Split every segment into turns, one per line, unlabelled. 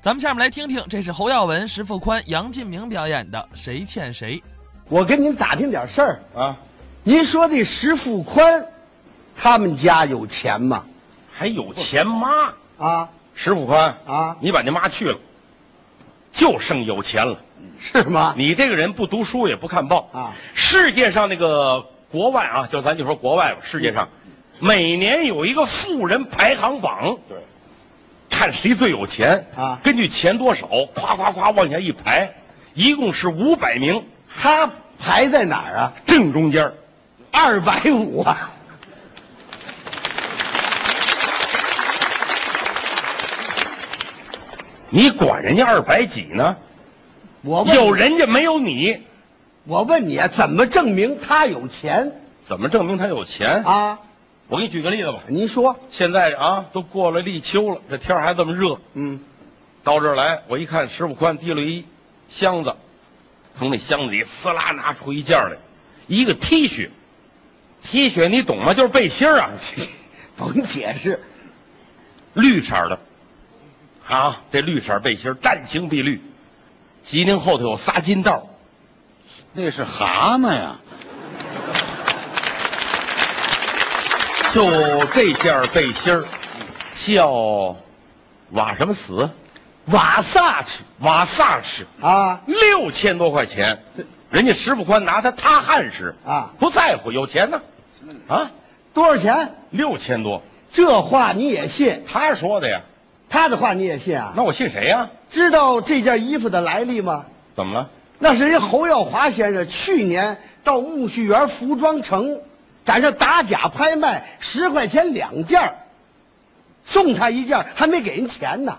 咱们下面来听听，这是侯耀文、石富宽、杨进明表演的《谁欠谁》。
我跟您打听点事儿。
啊，
您说这石富宽，他们家有钱吗？
还有钱妈，
啊，
石富宽
啊
你把你妈去了，就剩有钱了。
是吗？
你这个人不读书也不看报
啊
世界上那个国外啊，就咱就说国外吧，世界上
嗯
每年有一个富人排行榜，
对，
看谁最有钱
啊
根据钱多少，夸夸夸往下一排，一共是五百名，
他排在哪儿啊？
正中间儿
二百五啊！
你管人家二百几呢？
我问
有，人家没有你，
我问你啊，怎么证明他有钱
怎么证明他有钱？
啊？
我给你举个例子吧，
您说，
现在啊，都过了立秋了，这天儿还这么热，
嗯，
到这儿来，我一看石富宽提了一箱子，从那箱子里撕拉拿出一件来，一个 T 恤，T 恤你懂吗？就是背心儿啊，
甭解释，
绿色儿的，啊，这绿色儿背心儿湛青碧绿，吉林后头有仨金道儿，
那是蛤蟆呀，
就这件儿背心儿叫瓦什么死，
瓦萨去
瓦萨什。
啊！
六千多块钱，人家石富宽拿他擦汗使
啊
不在乎，有钱呢，啊，
多少钱？
六千多，
这话你也信？
他说的呀，
他的话你也信啊？
那我信谁呀、
知道这件衣服的来历吗？
怎么了？
那是人侯耀华先生去年到苜蓿园服装城，赶上打假拍卖，十块钱两件儿送他一件儿还没给人钱呢。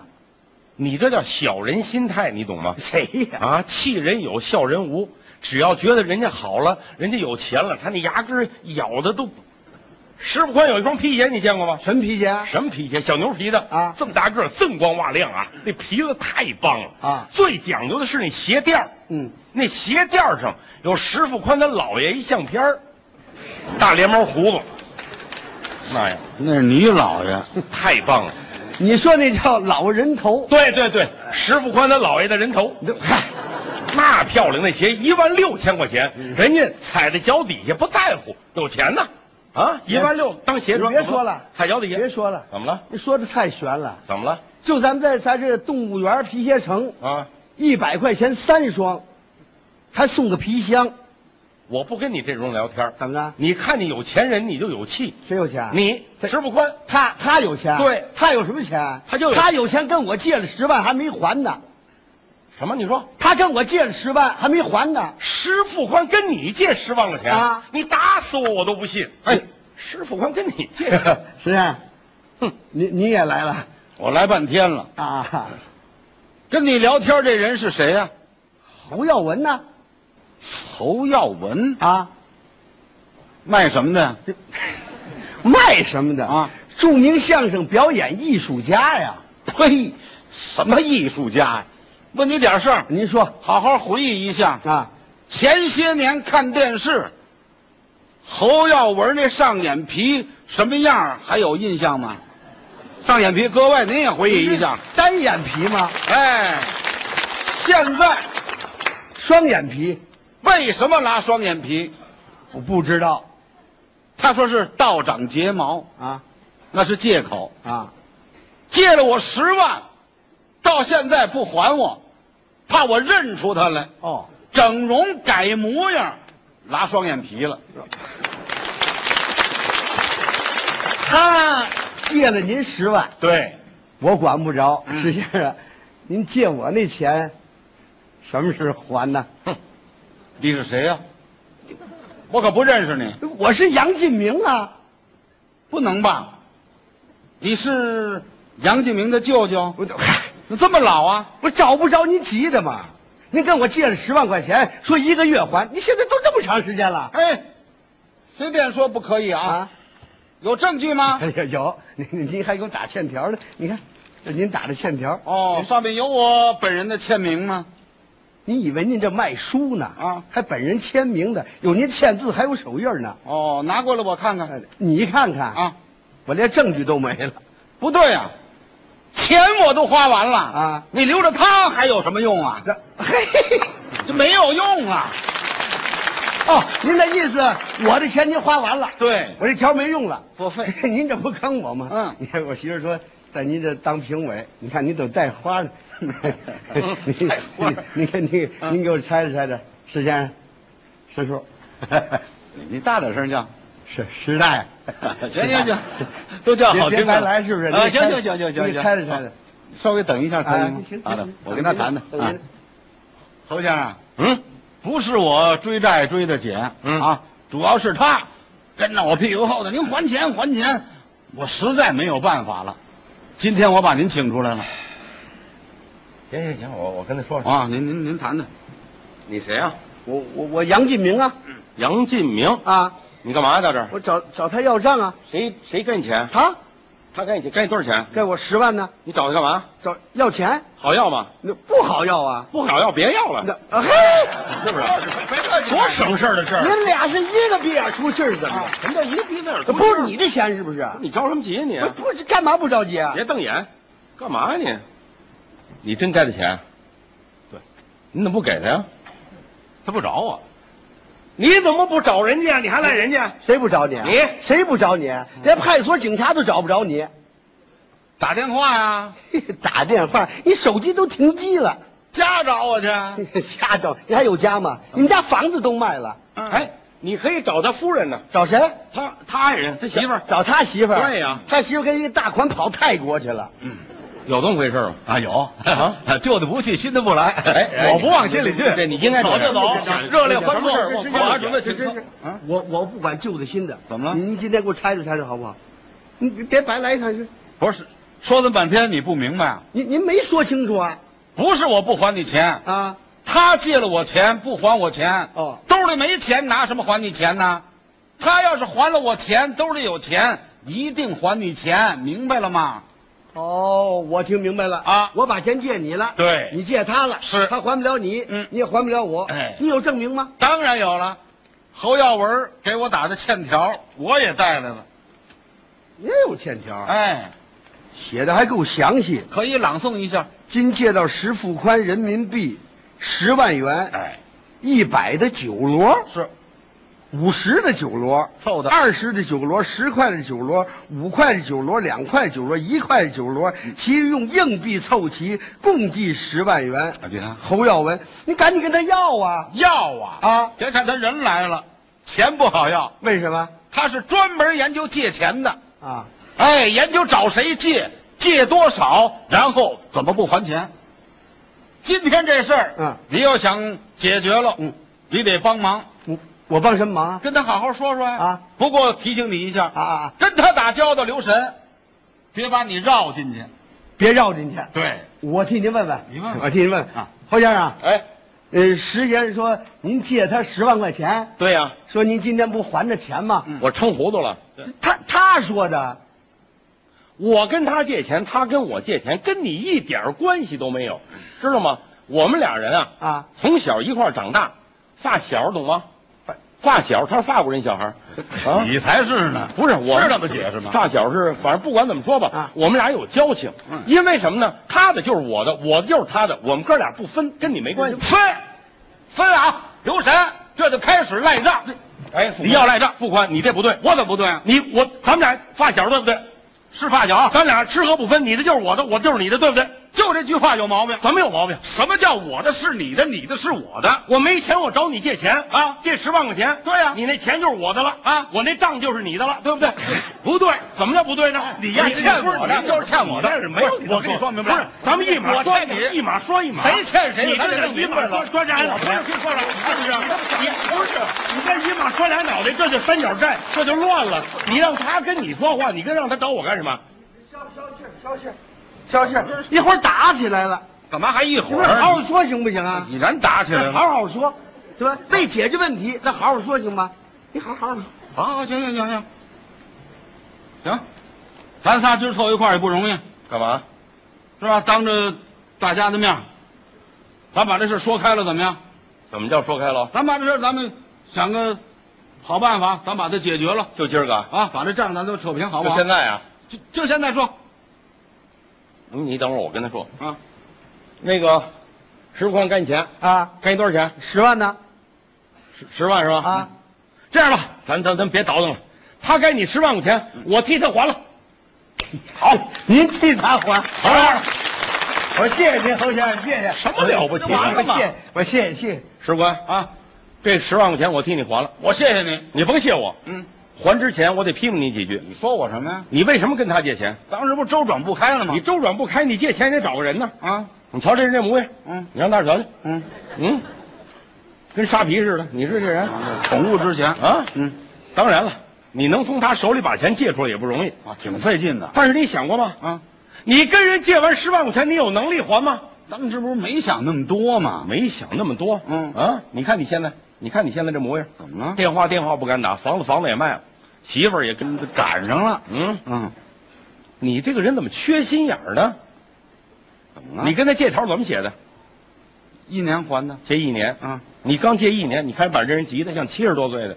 你这叫小人心态，你懂吗？
谁呀？
啊，气人有，笑人无。只要觉得人家好了，人家有钱了，他那牙根儿咬的都不。石富宽有一双皮鞋，你见过吗？
什么皮鞋啊？
什么皮鞋？小牛皮的
啊
这么大个儿，锃光瓦亮啊！那皮子太棒了
啊
最讲究的是那鞋垫儿
嗯，
那鞋垫儿上有石富宽他姥爷一相片儿大连毛胡子，妈呀，
那是你姥爷。
太棒了！
你说那叫老人头？
对对对，石富宽他姥爷的人头，
嗨，
那漂亮，那鞋一万六千块钱，
嗯
人家踩在脚底下不在乎，有钱呐，啊，一万六当鞋穿，
别说了，
踩脚底下
别说了，
怎么了？
你说的太悬了。
怎么了？
就咱们在咱这动物园皮鞋城，
啊，
一百块钱三双，还送个皮箱，
我不跟你这种人聊天儿
怎么了？
你看见有钱人你就有气，
谁有钱啊？
你石富宽
他他有钱，
对
他有什么钱？
他就有
他有钱，跟我借了十万还没还呢。
什么？你说
他跟我借了十万还没还呢。
石富宽跟你借十万块钱
啊
你打死我我都不信！哎，石富宽跟你 借，
石燕，
哼，
你你也来了
我来半天了，
啊？
跟你聊天这人是谁呀、
侯耀文呢？
侯耀文，
啊，
卖什么的？
卖什么的
啊？
著名相声表演艺术家呀。
呸，什么艺术家呀、问你点事儿，
您说
好好回忆一下。
啊？
前些年看电视，侯耀文那上眼皮什么样儿还有印象吗？上眼皮，各位您也回哎忆一下。
单眼皮吗？
哎，现在
双眼皮？
为什么拉双眼皮？
我不知道
他说是倒长睫毛，
啊
那是借口。
啊！
借了我十万，到现在不还我，怕我认出他来，
哦，
整容改模样，拉双眼皮了。
他借了您十万，
对，
我管不着，
嗯
石先生，您借我那钱，什么时候还呢？
你是谁呀、我可不认识你，
我是杨进明啊，
不能吧？你是杨敬明的舅舅？
我都嗨
你这么老啊？
我找不着您急的嘛。您跟我借了十万块钱，说一个月还，你现在都这么长时间了。
哎，随便说不可以啊？
啊
有证据吗
哎？呀，有您您您还给我打欠条呢，你看，这您打的欠条。
哦，上面有我本人的签名吗？
您以为您这卖书呢？
啊
还本人签名的，有您签字，还有手印呢。
哦，拿过来
哎
我看看。
你看看
嗯啊，
我连证据都没了。
不对呀、啊钱我都花完了
啊
你留着它还有什么用啊？
这 嘿，
这没有用啊！
哦，您的意思，我的钱您花完了，
对
我这条没用了，
作废
您这不坑我吗？
嗯
你看我媳妇说，在您这当评委，你看您都带花 了，
嗯带花了
您看您
嗯
您给我猜着猜着，石先生，石叔，
你大点声叫。，
是石大爷
行行行，都叫
别
好听
别白
的
来是不是？
啊，
您
行
猜
行行行行
您
行，
猜着猜着，
稍微等一下可以
啊
吗
行？
好的
行，
我跟他谈
等您
谈啊
等您。
侯先生，啊
嗯，
不是我追债追的紧，
嗯
啊，主要是他跟着我屁股后头，您还钱还钱，我实在没有办法了。今天我把您请出来了
行行行，我我跟他说说。
啊，您您您谈谈，
你谁呀、
我我我杨进明啊
杨进明，
啊，
你干嘛呀？到这儿？
我找找他要账啊，
谁谁给你钱？
他
他给你钱，给你多少钱？
给我十万呢，
你找他干嘛？
找要钱，
好要吗？
那不好要啊，
不好要，别要了，
那啊嘿，
是不是？多省事儿啊的事儿！
您俩是一个鼻眼出气儿，怎么着？
什么叫一个逼那耳
这
朵？
不是你的钱是不是？
你着什么急啊你？
我不是干嘛不着急啊？
别瞪眼，干嘛呀你？你真该他钱？
对，
你怎么不给他呀？
他不找我，
你怎么不找人家？你还赖人家？
谁不找你？啊
你
谁不找你？啊连派出所警察都找不着你。
打电话呀，
打电话，你手机都停机了。
家找我去。
家找你还有家吗？你们家房子都卖了，
哎，你可以找他夫人呢，
找谁？
他他爱人，他媳妇儿，
找他媳妇儿。
对呀
他媳妇儿跟一个大款跑泰国去了。
有这么回事吗？
啊，有
啊，
旧的不去，新的不来。
哎
我不往心里去。
对你应该
走就走
这这，
热烈欢送。
这这这
我
这这这这
啊
我我不管旧的新的，
怎么了
您今天给我拆了拆了好不好？你你别白来一趟去，
不是，说这么半天你不明白啊？
您您没说清楚啊
不是我不还你钱，
啊！
他借了我钱不还我钱，
哦
兜里没钱拿什么还你钱呢？他要是还了我钱，兜里有钱一定还你钱，明白了吗？
哦，我听明白了
啊
我把钱借你了，
对
你借他了，
是
他还不了你，
嗯
你也还不了我，
哎
你有证明吗？
当然有了，侯耀文给我打的欠条我也带来了，
也有欠条，，
哎，
写的还够详细。
可以朗诵一下。
今借到石富宽人民币十万元，
哎，
一百的酒螺，
是
五十的酒螺，
凑的
二十的酒螺，十块的酒螺，五块的酒螺，两块酒螺，一块的酒螺，其余用硬币凑齐，共计十万元。
啊你看
侯耀文，你赶紧跟他要啊！
要啊
啊
别看他人来了，钱不好要，
为什么
他是专门研究借钱的。
啊？
哎，研究找谁借，借多少，然后怎么不还钱。今天这事儿，
嗯
你要想解决了，
嗯
你得帮忙，
我我帮什么忙啊？
跟他好好说说呀。
啊，
不过提醒你一下
啊啊啊
跟他打交道留神，别把你绕进去。
别绕进去，
对，
我替您问问。
你问问
我替您问问
啊。
侯先生啊，
哎，
呃，石先生说您借他十万块钱，
对呀、
说您今天不还这钱吗？
嗯
我撑糊涂了。
他他说的，
我跟他借钱，他跟我借钱，跟你一点儿关系都没有，知道吗？我们俩人啊，
啊，
从小一块儿长大，发小，懂吗？发小，他是法国人小孩 儿啊。
你才是呢，
不是我
是这么解释吗？
发小是，反正不管怎么说吧，
啊
我们俩有交情，
嗯
因为什么呢？他的就是我的，我的就是他的，我们哥俩不分，跟你没关系。
分，分啊，留神，这就开始赖账。
哎，你要赖账，付款，你这不对，
我怎么不对啊？
你我咱们俩发小对不对？
是发小，啊
咱俩吃喝不分，你的就是我的，我就是你的，对不对？
就这句话有毛病。
咱们有毛病。
什么叫我的是你的，你的是我的？
我没钱，我找你借钱
啊
借十万块钱。
对呀
你那钱就是我的了
啊
我那账就是你的了，对不对？不对，怎么叫不对呢？
你呀欠
不是
我的
你
就是欠我的
你这是没有
不是我跟你说明白
不是，咱们一码
我
说
欠你
一码说一码，
谁欠谁
你
咱
这
得
是
弄
一
明
码
白
说
了
说俩脑
我不
袋，
是
说了是不是？你不是，你这一码说俩脑袋，这就三角债，这就乱了。你让他跟你说话，你跟让他找我干什么？
消息，一会儿打起来了，
干嘛还一
你
会
们好好
儿？嗯
说行不行啊？
你然打起来
那
了？
好好说，对吧？为解决问题，那好好说行吗？你好好说，
好好啊行行行行，行，咱仨今儿凑一块儿也不容易，
干嘛？
是吧？当着大家的面儿，咱把这事儿说开了，怎么样？
怎么叫说开了？
咱把这事儿咱们想个好办法，咱把它解决了
就今儿个啊，
啊，把这账咱都扯平，好不好？
就现在啊，
就就现在说，
你嗯你等会儿我跟他说，
啊，
那个十块该你钱，
啊，
该你多少钱？
十万呢？
十十万是吧？嗯
啊，
这样吧，咱咱咱别倒腾了，他该你十万块钱，我替他还了。嗯好，
您替他还。
好好好
我谢谢您，侯先生，谢谢。
什么了不起的
我谢谢，我谢谢，谢谢。
石官啊，这十万块钱我替你还了，
我谢谢你。
你甭谢我。
嗯，
还之前我得批评你几句，
你说我什么呀？
你为什么跟他借钱？
当时不周转不开了吗
你？周转不开，你借钱也得找个人呢。
啊，
你瞧这人这模样，
嗯
你上那儿瞧去，
嗯，
嗯，跟沙皮似的。你是这人，
宠物之前
啊
嗯，
当然了，你能从他手里把钱借出来也不容易，
啊，挺费劲的
但是你想过吗？
啊。
你跟人借完十万块钱，你有能力还吗？
当时不是没想那么多吗？
没想那么多，
嗯
啊，你看你现在，你看你现在这模样，
怎么了？
电话电话不敢打，房子房子也卖了，媳妇儿也跟着赶
赶上了。
嗯，
嗯，
你这个人怎么缺心眼儿呢？
怎么了？
你跟他借条怎么写的？
一年还的。
借一年，
嗯，
你刚借一年，你看把这人急的像七十多岁的，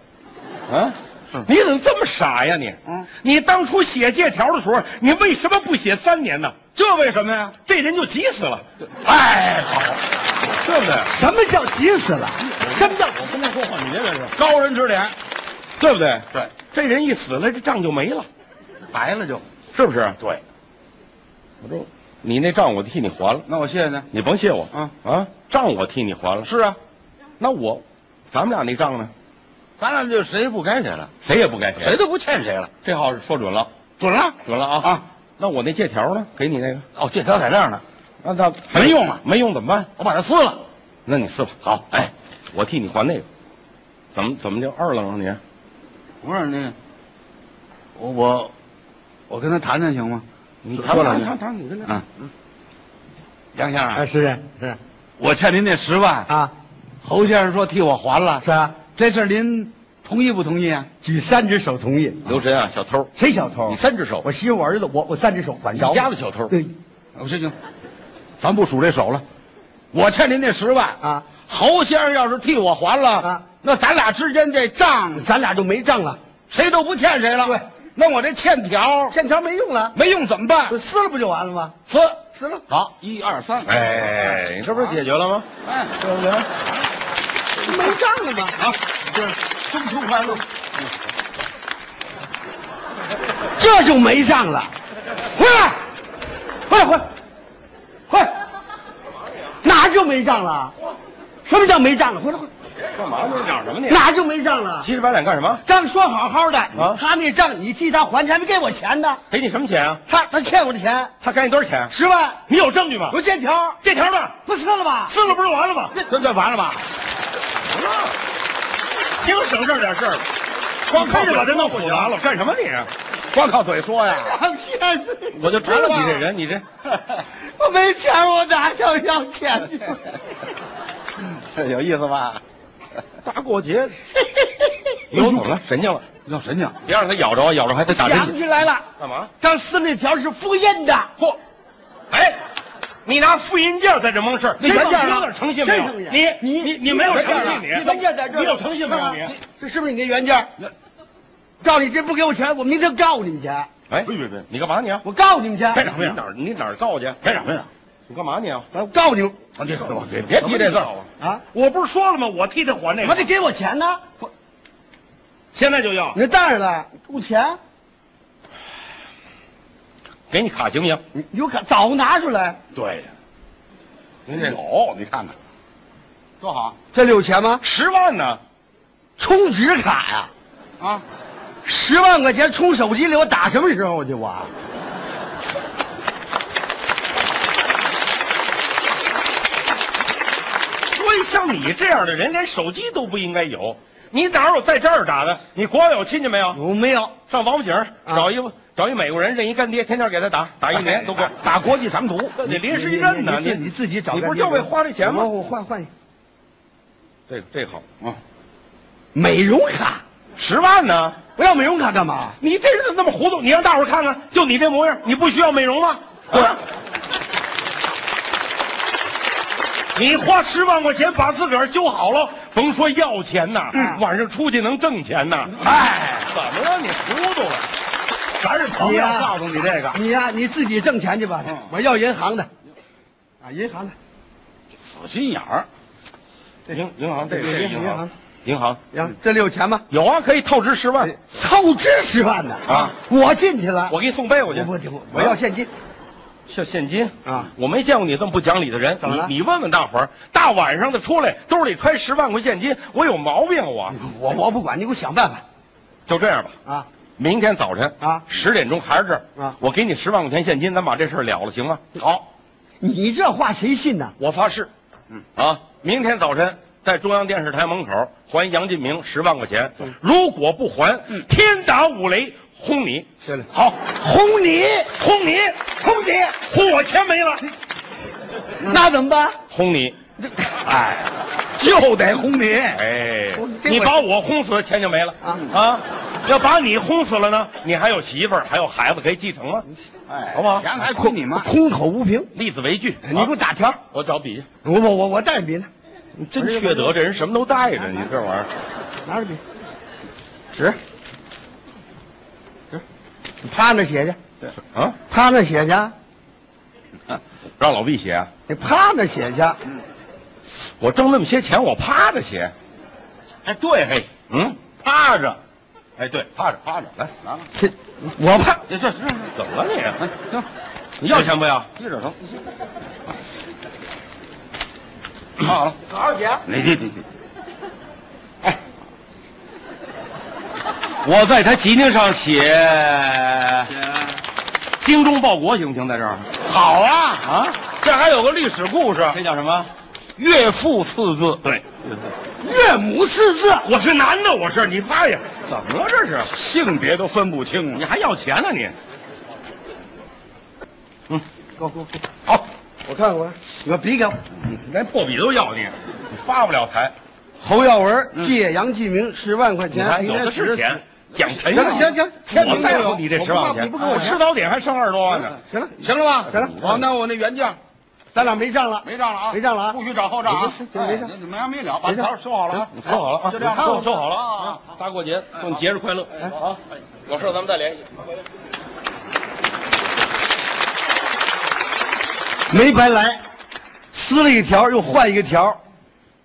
啊
是，
你怎么这么傻呀你？
嗯
你当初写借条的时候，你为什么不写三年呢？
这为什么呀？
这人就急死了，
哎，好，
对不对？
什么叫急死了？
什么叫我不能说话？你这个是，
高人指点，
对不对？
对，
这人一死了，这账就没了，
白了就是
不是？
对。
我说，你那账我替你还了，
那我谢谢你。
你甭谢我
啊
啊！账我替你还了，
是啊，
那我，咱们俩那账呢？
咱俩就谁也不该谁了，
谁也不该
谁都不欠谁了，
这号是说准了，
准了。
准了啊
啊！
那我那借条呢？给你那个，
哦，借条在这儿呢，
那那
没用了
没用啊怎么办？
我把它撕了。
那你撕吧。好，哎，我替你还那个。怎么怎么就二愣了啊
不是那，我我我跟他谈谈行吗？
你？你
说
谈
了
谈谈谈，你跟他
嗯，嗯哎杨先
啊，
生，
是是
我欠您那十万，
啊，
侯先生说替我还了，
是啊，
这事儿您同意不同意啊？
举三只手同意。
刘神啊，小偷，
谁小偷？
你三只手
我媳妇我儿子，我我三只手管着。
你家的小偷
对，
我行行，咱不数这手了，我欠您那十万
啊，
侯先生要是替我还了，
啊
那咱俩之间这账
咱俩就没账了，
谁都不欠谁了。
对，
那我这欠条
欠条没用了，
没用怎么办？
撕了不就完了吗？
撕
撕了
好，一二三，
哎，你这不是解决了吗？
哎，
对不对？
没账了吗？
好，这中秋快乐。
这就没账了。回来，回来，回来，回来，哪就没账了？什么叫没账了？回来，回来，
干嘛呢？你嚷什么你？
哪就没账了？
七十八脸干什么？
刚说好好的，
啊
他那账你替他还，你还没给我钱呢。
给你什么钱啊？
他他欠我的钱
他该你多少钱？啊
十万，
你有证据吗？
有借条，
借条呢？
不撕了吧？
撕了不是完了吗？
这这完了吧？
挺省事儿点事儿，光靠嘴把这弄复杂了，干什么你？啊
光靠嘴说呀？
两骗子！
我就知道啊你这人，你 这
我没钱，我哪有要钱去？
有意思吧？
大过节，你又怎么了？神经了？
要神经，
别让他咬着，咬着还得打
想
针
起
去。
来了，
干嘛？
刚撕那条啊是复印的，
嚯！哎，你拿复印件在这蒙事儿，
那原件呢
有点诚信没有
真诚信？
你你你没有
原
诚
件呢
信，你
原件在这儿呢，
你有诚信没有
看看
你？
这是不是你的原件？照你这不给我钱，我明天告你们去，
哎，别别别，你干嘛你啊？
我告你们去，
干什么呀？你哪儿你哪儿告去？
别嚷别嚷，
你干嘛你啊？
我告你们
啊这我别别提这字儿，
啊！
我不是说了吗？我替他还那
你
个，
还得给我钱呢，
现在就要
那当然了，给我钱，
给你卡行不行？
你有可早拿出来，
对呀，
您这
有你看看，多好
这里有钱吗？
十万呢？
充值卡呀、
啊！
十万块钱充手机里，我打什么时候去啊我？
所以像你这样的人，连手机都不应该有。你哪有在这儿打的？你国外有亲戚没有？
我没有，
上王府井儿找一个、找一美国人认一干爹，天天给他打，打一年都够。
打国际长途，
你临时一认呢，
你你自己找
你
干爹，哦
不是就为花这钱
我
吗？
我换换
这这好，
嗯，
美容卡，
十万呢？
我要美容卡干嘛？
你这人怎么那么糊涂？你让大伙儿看看，就你这模样，你不需要美容吗？啊！ 你花十万块钱把自个儿修好了，甭说要钱呐，晚上出去能挣钱呐。
哎，
怎么了？你糊涂了？
咱是朋
你
友，
呀
告诉你这个
你呀、你自己挣钱去吧。
嗯
我要银行的，啊，银行的，
死心眼儿。
银银行这
这
这
银行
银行银行
呀，这里有钱吗？
有啊，可以透支十万，
哎透支十万呢！
啊
我进去了，
我给你送被窝去。
我我我要现金。
要现金
啊
我没见过你这么不讲理的人。
怎么了
你你问问大伙儿，大晚上的出来兜里揣十万块现金，我有毛病啊我。
我我不管，你给我想办法
就这样吧，
啊！
明天早晨
啊
十点钟还是这儿
啊
我给你十万块钱现金，咱把这事儿了了，行吗？好，
你这话谁信呢？
我发誓，嗯啊，明天早晨在中央电视台门口还杨进明十万块钱，如果不还，天打五雷轰你。
对了
好，轰你，轰你，轰你，轰我钱没了，嗯
那怎么办？
轰你，
哎，就得轰你。
哎
我这，
你
我
把我轰死，钱就没了
啊
啊！要把你轰死了呢，你还有媳妇儿，还有孩子可以继承吗？
哎，
好不好
钱还亏你妈。
空口无凭，
立此为据，
你给我
啊
打条。
我找笔去。
我我我我带着笔呢，
你真缺德，这人什么都带着，你这玩意儿。
拿着笔，
纸，
趴那写去，
啊，
趴那写去，
让老毕写啊。
你趴那写去。
嗯我挣那么些钱，我趴着写。
哎，对，嘿，
嗯，
趴着，
哎，对，趴着趴着，来，
拿了。
这我怕，
这这这，
怎么了
哎
你？，
行，
你要钱不要？
低着头。好了，
好好写。
你你你你，哎，我在他
吉宁上写精忠报国行不行？在这儿
好啊
啊
啊，这还有个历史故事，
这叫什么？
岳父四字，
对，
岳母四字，
我是男的，我是你趴下，怎么了这是？
性别都分不清啊
你
了。
还要钱呢你？嗯，
够够够，
好，
我看看我，你把笔给我。
你连破笔都要你，你发不了财。
侯耀文借杨继明十万块
嗯你
钱，
看
明
有
天
的
十
是钱，讲诚
行
信。
了行行签
我
名
在
就有
乎你
我
这十
不
万
要
块钱，
你不给我嗯
吃早点还剩二十多万呢。
行了，
行了吧？
行了
好，那我那原价
咱俩没账了，
没账了啊，
没账了啊，
不许找后账啊
行，行
哎
没账
你们还没了，把
没账嗯
条收好了啊，
收好了啊，
就这样，
你看我收好了
啊
啊。。大过节，祝你节日快乐
哎
啊！有事咱们再联系。
没白来，撕了一条又换一个条，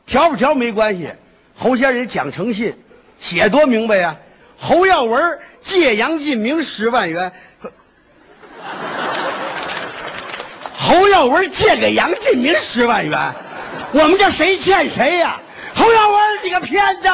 条不条没关系。侯先生也讲诚信，写多明白呀、侯耀文借杨进明十万元，侯耀文借给杨进明十万元，我们这谁欠谁呀、侯耀文，你个骗子！